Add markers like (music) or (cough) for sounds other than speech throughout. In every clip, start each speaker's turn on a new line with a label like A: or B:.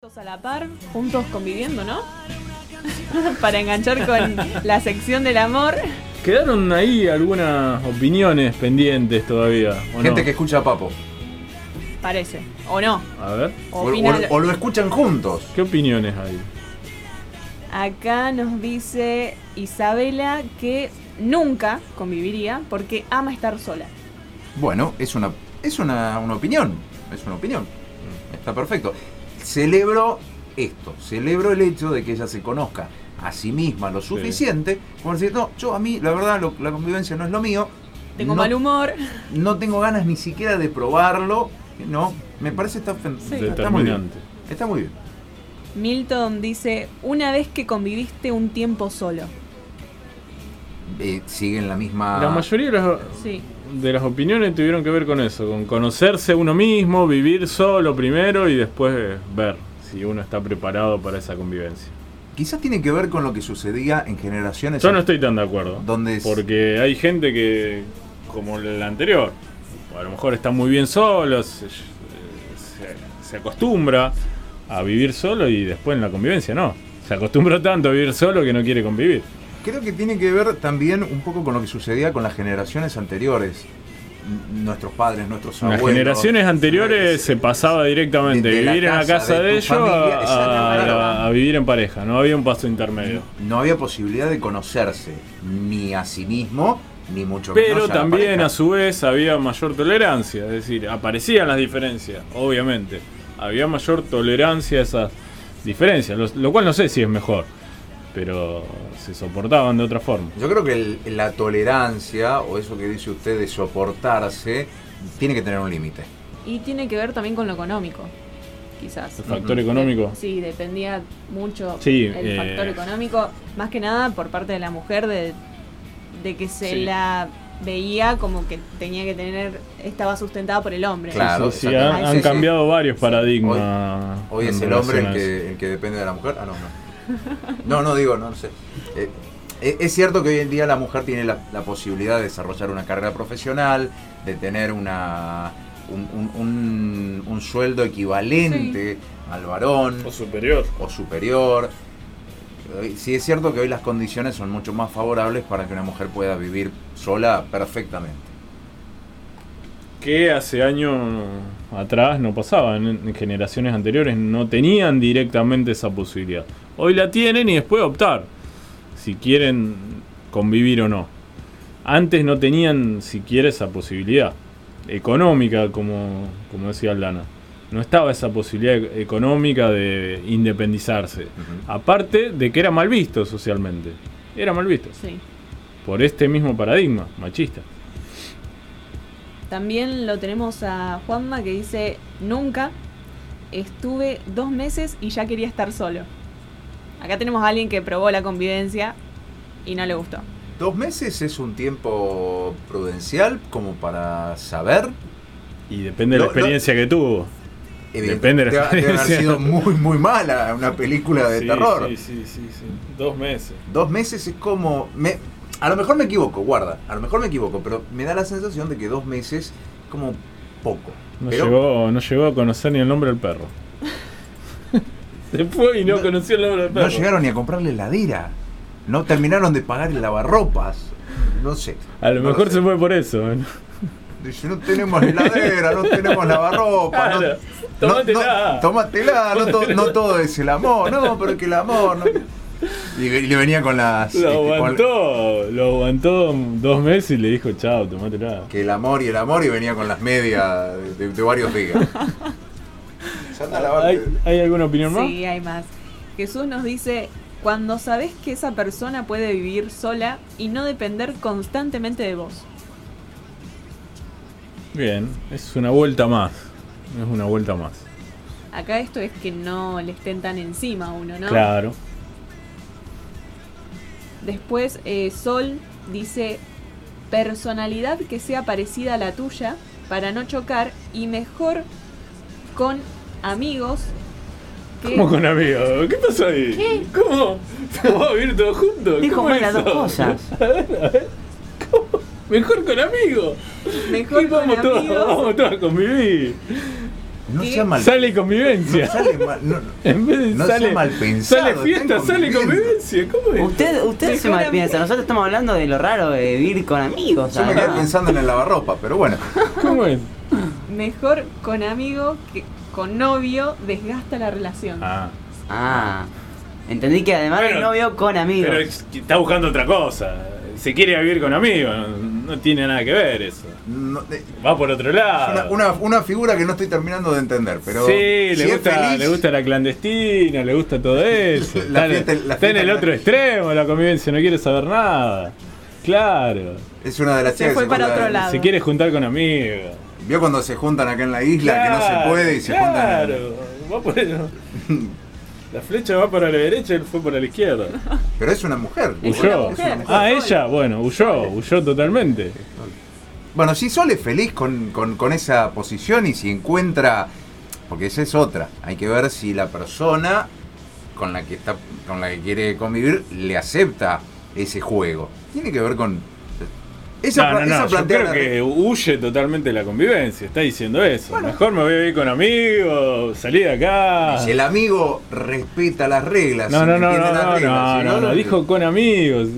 A: Todos a la par, juntos conviviendo, ¿no? (laughs) Para enganchar con la sección del amor.
B: Quedaron ahí algunas opiniones pendientes todavía. ¿o
C: Gente
B: no?
C: que escucha a Papo.
A: Parece. ¿O no?
B: A ver,
C: O,
A: Opina-
C: o- o lo escuchan juntos.
B: ¿qué opiniones hay?
A: Acá nos dice Isabela que nunca conviviría porque ama estar sola.
C: Bueno, es una, es una, una opinión. Es una opinión.
B: Mm.
C: Está perfecto. Celebro esto. Celebro el hecho de que ella se conozca a sí misma lo suficiente. Como decir, no, yo a mí, la verdad, lo- la convivencia no es lo mío.
A: Tengo
C: no,
A: mal humor.
C: no tengo ganas ni siquiera de probarlo. No, me parece está, fen- está- está muy bien.
B: Determinante.
C: Está muy bien.
A: Milton dice, una vez que conviviste un tiempo solo.
C: Eh, siguen la misma.
B: La mayoría de las,
A: Sí.
B: de las opiniones tuvieron que ver con eso, con conocerse uno mismo, vivir solo primero y después eh, ver si uno está preparado para esa convivencia.
C: Quizás tiene que ver con lo que sucedía en generaciones.
B: Yo no estoy tan de acuerdo.
C: ¿Dónde es?
B: Porque hay gente que, como la anterior, a lo mejor está muy bien solo, se, se- se acostumbra a vivir solo y después en la convivencia no. Se acostumbró tanto a vivir solo que no quiere convivir.
C: Creo que tiene que ver también un poco con lo que sucedía con las generaciones anteriores. N- Nuestros padres, nuestros
B: En
C: abuelos.
B: las generaciones anteriores se pasaba directamente
C: de- de la
B: vivir en la
C: casa
B: casa
C: de
B: de,
C: tu
B: ellos
C: familia,
B: a-
C: exacto,
B: a-
C: claro.
B: a- a vivir en pareja, no había un paso intermedio.
C: No había posibilidad de conocerse ni a sí mismo, ni mucho
B: Pero
C: menos. la
B: también
C: pareja.
B: a su vez había mayor tolerancia, es decir, aparecían las diferencias, obviamente. Había mayor tolerancia a esas diferencias, los- lo cual no sé si es mejor, pero se soportaban de otra forma.
C: Yo creo que el- la tolerancia, o eso que dice usted de soportarse, tiene que tener un límite.
A: Y tiene que ver también con lo económico, quizás.
B: El factor
C: Ujú.
B: económico.
A: De- Sí, dependía mucho
B: Sí,
A: el
B: eh,
A: factor económico, más que nada por parte de la mujer, de, de que se
B: Sí.
A: la veía como que tenía que tener, estaba sustentada por el hombre.
C: Claro.
B: sí,
C: exactamente.
B: han, han
C: Sí, sí.
B: cambiado varios paradigmas.
C: Hoy
B: en
C: es el hombre el
B: relación a eso.
C: que, el que depende de la mujer. Ah, no, no. No, no digo, no, no sé. Eh, eh, es cierto que hoy en día la mujer tiene la, la posibilidad de desarrollar una carrera profesional, de tener una, un, un- un- un sueldo equivalente al varón
B: O superior.
C: o superior. Hoy- Sí es cierto que hoy las condiciones son mucho más favorables para que una mujer pueda vivir sola perfectamente.
B: que hace años atrás no pasaba, en, en generaciones anteriores no tenían directamente esa posibilidad. Hoy la tienen y después optar si quieren convivir o no. Antes no tenían siquiera esa posibilidad económica, como, como decía Lana. No estaba esa posibilidad e- económica de independizarse. Aparte de que era mal visto socialmente. Era mal visto.
A: Sí.
B: Por este mismo paradigma machista.
A: También lo tenemos a Juanma que dice, nunca estuve dos meses y ya quería estar solo. Acá tenemos a alguien que probó la convivencia y no le gustó.
C: Dos meses es un tiempo prudencial como para saber
B: Y depende de la
C: Lo- lo-
B: experiencia que tuvo.
C: Evidente-
B: Depende de la
C: Eh, debe- debe haber
B: experiencia.
C: sido muy, muy mala una película de
B: Sí,
C: terror.
B: Sí, sí, sí, sí. Dos meses.
C: Dos meses es como. me- a lo mejor me equivoco, guarda. A lo mejor me equivoco, pero me da la sensación de que dos meses es como poco.
B: No,
C: pero
B: llegó, no llegó a conocer ni el nombre del perro. (laughs) Se fue y no,
C: No-
B: conoció el nombre del
C: no
B: perro.
C: llegaron ni a comprarle heladera. No terminaron de pagar el lavarropas. No sé.
B: A lo
C: no
B: mejor
C: sé.
B: se fue por eso. ¿eh? ¿no?
C: Dice, no tenemos heladera, no tenemos lavarropa.
B: Claro.
C: No,
B: Ah, Tómatela.
C: No, no, tómatela, no, to- no todo es el amor. No, pero que el amor. no. Y, y le venía con las.
B: Lo
C: este, con-
B: aguantó. Lo aguantó dos meses y le dijo, chao, tomátela.
C: que el amor y el amor y venía con las medias de, de varios (laughs) días. Ya anda a lavar-
B: ¿Hay, hay alguna opinión más?
A: Sí, hay más. Jesús nos dice, cuando sabes que esa persona puede vivir sola y no depender constantemente de vos.
B: Bien, es una vuelta más. Es una vuelta más.
A: Acá esto es que no le estén tan encima a uno, ¿no?
B: Claro.
A: Después eh, Sol dice, personalidad que sea parecida a la tuya para no chocar y mejor con amigos que...
B: ¿Cómo con amigos? ¿Qué pasó ahí? ¿Cómo? ¿Vamos a vivir todos juntos?
D: Dijo
B: ¿Cómo
D: mal las
B: eso?
D: dos cosas.
B: (laughs) Mejor con amigos.
A: Mejor
B: Y
A: con
B: vamos todos,
A: amigos
B: vamos todos a convivir.
C: No
A: ¿Qué?
C: sea mal.
B: Sale y convivencia.
C: no sale mal- no, no.
B: (laughs) En vez de
C: No sea
B: sale,
C: mal pensado,
B: sale fiesta,
C: están
B: sale convivencia. ¿Cómo es?
D: Usted, usted se
A: Mejor
D: mal
A: am-
D: piensa, nosotros estamos hablando de lo raro de vivir con amigos.
C: Yo me
D: además.
C: quedé pensando en el lavarropa, pero bueno.
B: ¿Cómo es?
A: Mejor con amigo que con novio desgasta la relación.
B: Ah,
D: Ah, entendí que además
B: Pero-
D: el novio con amigos.
B: pero es que está buscando otra cosa. Se quiere vivir con amigos. No, no tiene nada que ver eso.
C: No, eh,
B: Va por otro
C: una,
B: lado.
C: una- una figura que no estoy terminando de entender, pero.
B: Ah. sí,
C: si
B: le,
C: es
B: gusta,
C: feliz,
B: le gusta la clandestina, le gusta todo eso. está
C: La
B: en- está
C: fiesta- la
B: en
C: fiesta
B: el
C: clandestina.
B: otro extremo, la convivencia, no quiere saber nada. Claro.
C: Es una de las
A: Se
C: chicas que
A: fue para
C: junta-
A: otro lado.
B: Se quiere juntar con amigos.
C: Vio cuando se juntan acá en la isla, que no se puede y se juntan. en-
B: Claro, va por el-
C: (laughs)
B: La flecha va para la derecha y él fue para la izquierda.
C: Pero es una mujer.
A: Es
B: Huyó.
A: una mujer.
B: Ah, ella, bueno, huyó, huyó totalmente.
C: Bueno, si Sol es feliz con, con- con esa posición y si encuentra. Porque esa es otra. Hay que ver si la persona con la que está. con la que quiere convivir le acepta ese juego. Tiene que ver con. Esa,
B: No, no,
C: pla- esa
B: no, yo
C: plantea
B: creo
C: la-
B: que huye totalmente de la convivencia, está diciendo eso. Mejor me voy a vivir con amigos, salí de acá.
C: Si el amigo respeta las reglas.
B: No,
C: si
B: no, no,
C: entiende
B: no,
C: las
B: no,
C: reglas,
B: no,
C: si
B: no, no, dijo con amigos.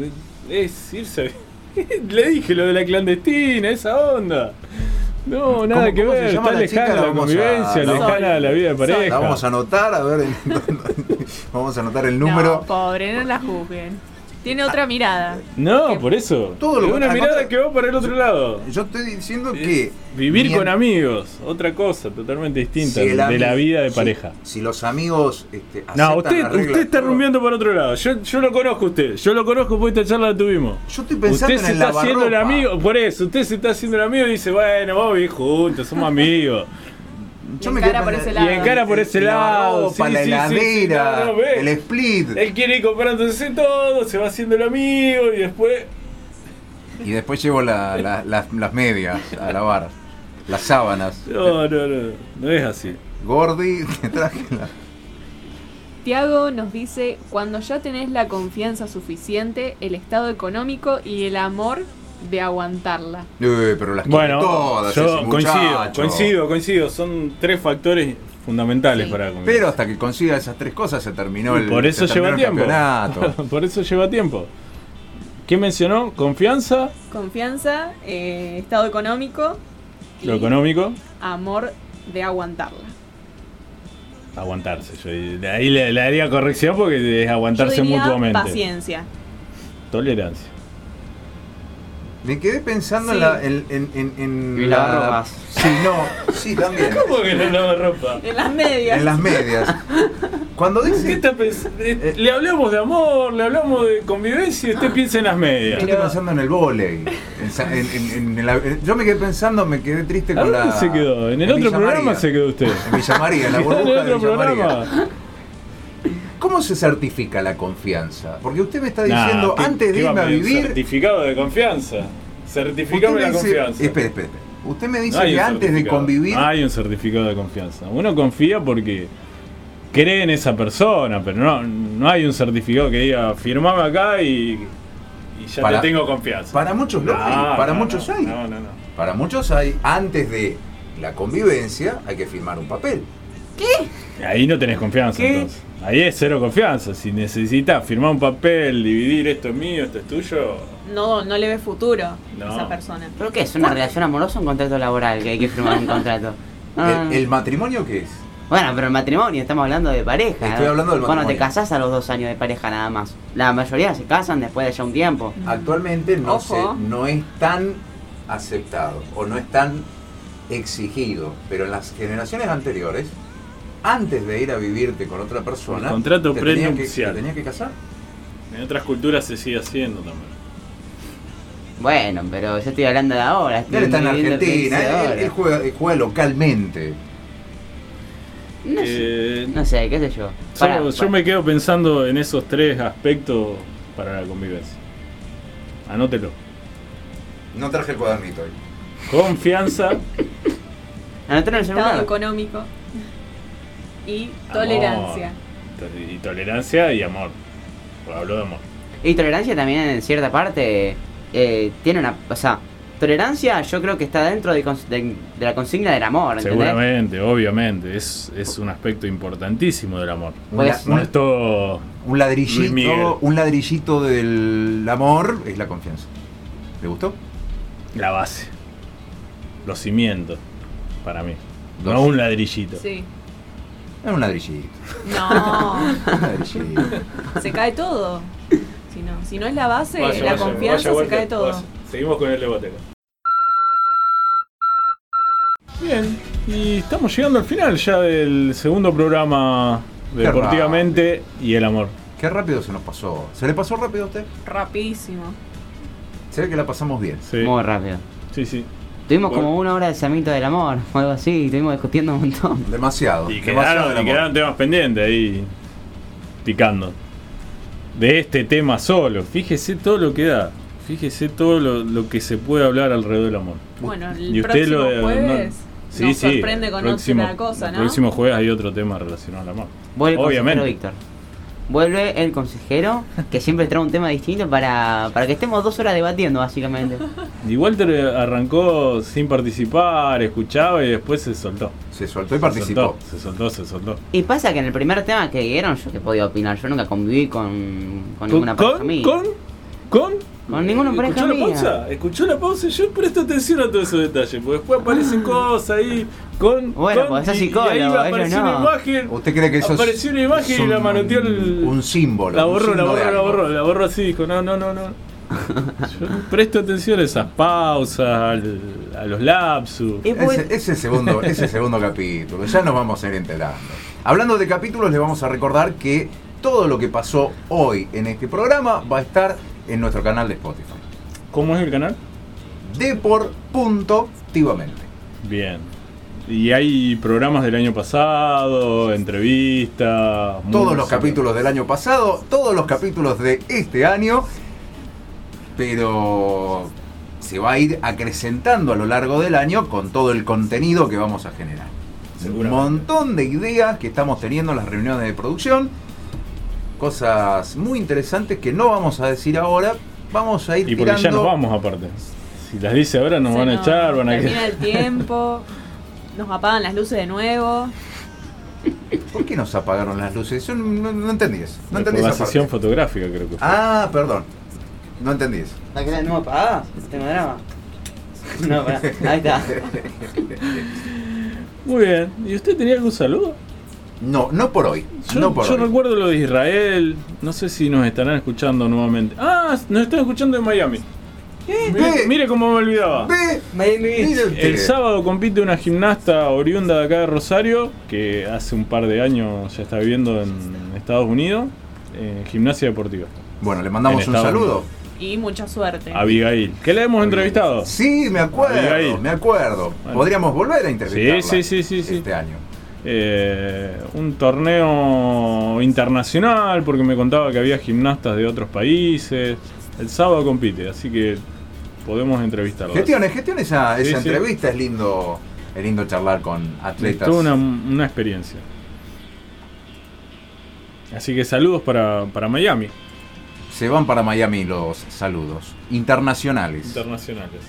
B: Es irse. (laughs) Le dije lo de la clandestina, esa onda. No, nada
C: ¿Cómo-
B: que
C: cómo se
B: ver,
C: llama
B: está
C: la chica?
B: lejana
C: La
B: la
C: vamos a-
B: convivencia,
C: la vamos-
B: lejana la vida de pareja.
C: La vamos a anotar, a ver. (laughs) vamos a anotar el número.
A: No, pobre, no la juzguen. Tiene otra mirada.
B: No, por eso.
C: Todo lo
B: Es una
C: contrario.
B: mirada que va para el otro lado.
C: Yo estoy diciendo
B: Es
C: que.
B: Vivir
C: mien-
B: con amigos, otra cosa totalmente distinta
C: si el
B: de la
C: ami-
B: vida de
C: si-
B: pareja.
C: Si, los amigos. Este,
B: No,
C: aceptan
B: usted,
C: las reglas
B: usted está
C: del juego-
B: rumbeando para otro lado. Yo, yo lo conozco a usted. Yo lo conozco porque esta charla la tuvimos.
C: Yo estoy pensando
B: usted se
C: en el
B: está haciendo el
C: lavarropa.
B: amigo, por eso, usted se está haciendo el amigo y dice, bueno, vamos a vivir juntos, somos
C: (laughs)
B: amigos.
C: Yo
A: Y
C: me
A: encara
C: quedé
A: por
C: pensando-
A: ese lado.
B: Y encara por ese
C: El
B: lado,
C: lavarropa,
B: sí, sí,
C: la
B: sí, sí,
C: heladera,
B: no, no, ve.
C: el split.
B: Él quiere ir comprándose todo, se va haciendo el amigo y después
C: Y después llevo la- la- las- las medias a lavar. Las sábanas.
B: No, no, no, no es así.
C: Gordi, (laughs) te traje la.
A: Tiago nos dice, cuando ya tenés la confianza suficiente, el estado económico y el amor de aguantarla.
C: Uy, pero las quiere
B: Bueno,
C: todas. ese
B: yo coincido,
C: muchacho.
B: coincido, coincido. Son tres factores fundamentales
A: Sí.
B: para la convivencia.
C: Pero hasta que consiga esas tres cosas se terminó el.
B: Y por eso
C: se terminó
B: lleva
C: el
B: tiempo.
C: campeonato.
B: (laughs) Por eso lleva tiempo. ¿Qué mencionó? Confianza,
A: Confianza, eh, estado económico y
B: lo económico,
A: amor de aguantarla.
B: aguantarse. Yo de ahí le, le daría corrección porque es aguantarse
A: Yo diría
B: mutuamente.
A: paciencia.
B: Tolerancia.
C: Me quedé pensando en
A: Sí.
C: la. En, en, en, en
D: Y lavarropas.
C: Sí, no. Sí, también.
B: ¿Cómo que no lava ropa?
A: En las medias.
C: En las medias. Cuando
B: ¿Qué
C: dice.
B: está pens- eh, le hablamos de amor, le hablamos de convivencia y usted piensa en las medias.
C: Yo estoy pensando en el volei. En sa- en- en- en el av- yo me quedé pensando, me quedé triste
B: ¿A
C: con
B: dónde
C: la.
B: se quedó? En el otro
C: Villa
B: programa
C: María.
B: se quedó usted.
C: En Villa María, en
B: Está (laughs)
C: la
B: en
C: burbuja
B: el
C: de
B: otro
C: Villa María.
B: programa.
C: ¿Cómo se certifica la confianza? Porque usted me está
B: Nah,
C: diciendo,
B: ¿qué-
C: antes de
B: qué
C: irme
B: va
C: a
B: pedir?
C: vivir.
B: Certificado de confianza.
C: Usted
B: Certificame
C: me
B: la
C: dice,
B: confianza.
C: Espere, espere, espere. Usted me dice
B: No hay
C: que
B: un
C: antes de
B: certificado.
C: convivir.
B: No hay un certificado de confianza. Uno confía porque cree en esa persona, pero no, no hay un certificado que diga firmame acá y, y ya
C: Para-
B: te tengo confianza.
C: Para muchos lo hay,
B: No,
C: para
B: Ah, no,
C: muchos
B: no,
C: hay.
B: No, no, no.
C: Para muchos hay, antes de la convivencia, hay que firmar un papel.
B: Ahí no tenés confianza
D: ¿Qué?
B: entonces. Ahí es cero confianza. Si necesitas firmar un papel, dividir esto es mío, esto es tuyo.
A: No, no le ve futuro
B: No.
A: a esa persona.
D: ¿Pero qué es? ¿Una relación amorosa o un contrato laboral que hay que
C: (laughs)
D: firmar un contrato? No, no, no.
C: ¿El, el matrimonio qué es?
D: Bueno, pero el matrimonio, estamos hablando de pareja.
C: Estoy hablando del
D: Cuando te
C: matrimonio.
D: casás a los dos años de pareja nada más. La mayoría se casan después de ya un tiempo.
C: Actualmente no,
A: Ojo.
C: se- no es tan aceptado o no es tan exigido, pero en las generaciones anteriores, antes de ir a vivirte con otra persona,
B: El contrato
C: te tenías que,
B: prenupcial.
C: te tenías que casar.
B: En otras culturas se sigue haciendo también.
D: Bueno, pero yo estoy hablando de ahora. Estoy
C: Él está en
D: viviendo el que
C: Argentina,
D: hice
C: él,
D: ahora.
C: él- él juega, él juega localmente.
D: No, sé,
B: Eh,
D: no sé, qué sé yo.
B: Yo,
D: Pará,
B: yo
D: pará.
B: me quedo pensando en esos tres aspectos para la convivencia. Anótelo.
C: No traje el cuadernito hoy.
B: Confianza,
D: Anoté en el
A: Estado
D: celular.
A: económico y tolerancia.
B: amor, y tolerancia y amor. Pues hablo de amor.
D: Y tolerancia también en cierta parte eh, tiene una... O sea, tolerancia yo creo que está dentro de, cons- de- de la consigna del amor, ¿entendés?
B: Seguramente, obviamente. Es, es un aspecto importantísimo del amor.
C: Una-
D: Pues-
B: No
C: una-
B: es todo.
C: un
B: Luis Miguel.
C: ladrillito, un ladrillito del amor es la confianza. ¿Le gustó?
B: La base. Los cimientos. Para mí.
C: Dos.
B: No un ladrillito.
A: Sí.
C: Es un ladrillito.
A: No,
B: (laughs)
C: un ladrillito.
A: se cae todo. Si no, si no es la base,
B: Vaya,
A: la
B: vaya,
A: confianza
B: vaya,
A: se cae
B: vaya,
A: todo.
B: vaya. Seguimos con el debate. Bien, y estamos llegando al final ya del segundo programa de
C: Qué
B: Deportivamente y el amor.
C: Qué rápido se nos pasó. ¿Se le pasó rápido a usted?
A: Rapidísimo.
C: Se ve que la pasamos bien.
B: Sí,
D: Muy rápido.
B: sí, sí.
D: Tuvimos
B: Bueno.
D: como una hora de samito del amor (laughs) o algo así, estuvimos discutiendo un montón.
C: Demasiado.
B: Y
C: demasiado
B: quedaron,
C: del
B: y
C: amor.
B: quedaron temas pendientes ahí picando. De este tema solo. Fíjese todo lo que da. Fíjese todo lo, lo que se puede hablar alrededor del amor.
A: Bueno,
B: Y
A: el
B: usted
A: próximo
B: lo de-
A: jueves
B: no- sí,
A: nos
B: sí,
A: sorprende
B: el
A: con
B: próximo-
A: otra cosa,
B: El
A: ¿no?
B: próximo jueves hay otro tema relacionado al amor.
D: Vuelve el consejero
B: Obviamente.
D: Víctor. Vuelve el consejero que siempre trae un tema distinto para, para que estemos dos horas debatiendo básicamente.
B: Y Walter eh, arrancó sin participar, escuchaba y después se soltó.
C: Se soltó y participó.
B: Se soltó, se soltó. Se
D: Y pasa que en el primer tema que dieron yo que podía opinar, yo nunca conviví con, con
B: soltó.
D: ninguna pareja mía.
B: con, con, eh,
D: Con ninguna pareja
B: ¿Escuchó la
D: mía.
B: pausa? ¿Escuchó la pausa? Yo presto atención a todos esos detalles, porque después aparecen cosas ahí. Con,
D: Ah. Bueno,
B: con,
D: porque sos
B: y- y ahí
D: psicólogo,
B: apareció
D: ellos no.
B: una imagen.
C: ¿Usted cree que eso es-
B: Apareció una imagen
C: es
B: y la
C: un-
B: manoteó el.
C: Un símbolo.
B: La
C: un
B: borró, la
C: signo de
B: borró, la
C: algo.
B: borró, la borró así, dijo, no, no, no, no. Yo presto atención a esas pausas, al- a los lapsus.
D: Y porque-
C: Ese, ese segundo, ese segundo capítulo, ya nos vamos a ir enterando. Hablando de capítulos, les vamos a recordar que todo lo que pasó hoy en este programa va a estar en nuestro canal de Spotify.
B: ¿Cómo es el canal?
C: Depor.tivamente.
B: Bien. Y hay programas del año pasado, entrevistas.
C: Todos
B: música.
C: los capítulos del año pasado, todos los capítulos de este año, pero se va a ir acrecentando a lo largo del año con todo el contenido que vamos a generar. Un
B: Seguramente.
C: montón de ideas que estamos teniendo en las reuniones de producción, cosas muy interesantes que no vamos a decir ahora, vamos a ir
B: Y porque
C: tirando.
B: ya nos vamos aparte. Si las dice ahora nos
A: Se
B: van a echar, van a
A: termina
B: quedar.
A: el tiempo, nos apagan las luces de nuevo.
C: ¿Por qué nos apagaron las luces? Yo no, no entendí eso. No
B: Por
C: entendí
B: la
C: esa
B: sesión
C: parte.
B: fotográfica creo que fue.
C: Ah, perdón. No entendí eso.
D: ¿La que la tenemos apagada? ¿Tengo drama? No, pará. Ahí está.
B: Muy bien. ¿Y usted tenía algún saludo?
C: No, no por hoy.
B: Yo,
C: no por
B: yo
C: hoy.
B: recuerdo lo de Israel. No sé si nos estarán escuchando nuevamente. Ah, nos están escuchando en Miami. Mire,
C: Ve,
B: mire cómo me olvidaba.
C: ve,
D: Me
C: mire usted.
B: El sábado compite una gimnasta oriunda de acá de Rosario, que hace un par de años ya está viviendo en Estados Unidos, en gimnasia deportiva.
C: Bueno, le mandamos
B: En
C: un
B: Estados
C: saludo.
A: Y mucha suerte.
B: Ah, Abigail, que la hemos entrevistado.
C: Sí,
B: Abigail.
C: me acuerdo, me acuerdo.
B: Bueno.
C: Podríamos volver a entrevistarla
B: Sí, sí, sí, sí, sí.
C: este año.
B: Eh, un torneo internacional, porque me contaba que había gimnastas de otros países. El sábado compite, así que podemos entrevistarlo.
C: Gestiones, gestiones esa,
B: Sí,
C: esa
B: sí.
C: entrevista, es lindo, es lindo charlar con
B: Es
C: atletas.
B: toda una, una experiencia. Así que saludos para, para Miami,
C: Se van para Miami los saludos internacionales.
B: internacionales.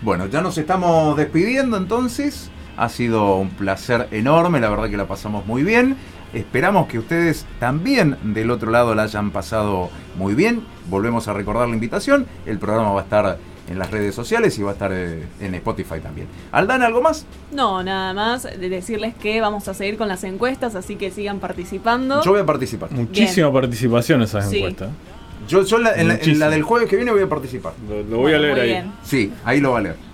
C: bueno, ya nos estamos despidiendo entonces. Ha sido un placer enorme, la verdad que la pasamos muy bien. Esperamos que ustedes también del otro lado la hayan pasado muy bien. Volvemos a recordar la invitación. El programa va a estar en las redes sociales y va a estar eh, en Spotify también. Aldana, ¿algo más?
A: No, nada más de decirles que vamos a seguir con las encuestas, así que sigan participando.
C: Yo voy a participar.
B: Muchísima participación en esas
A: Sí.
B: encuestas.
C: Yo, yo en la- en la- en
B: Muchísimo.
C: la del jueves que viene voy a participar.
B: Lo, lo voy
A: Bueno,
B: a leer
A: muy
B: ahí.
A: bien.
C: Sí, ahí lo va a leer.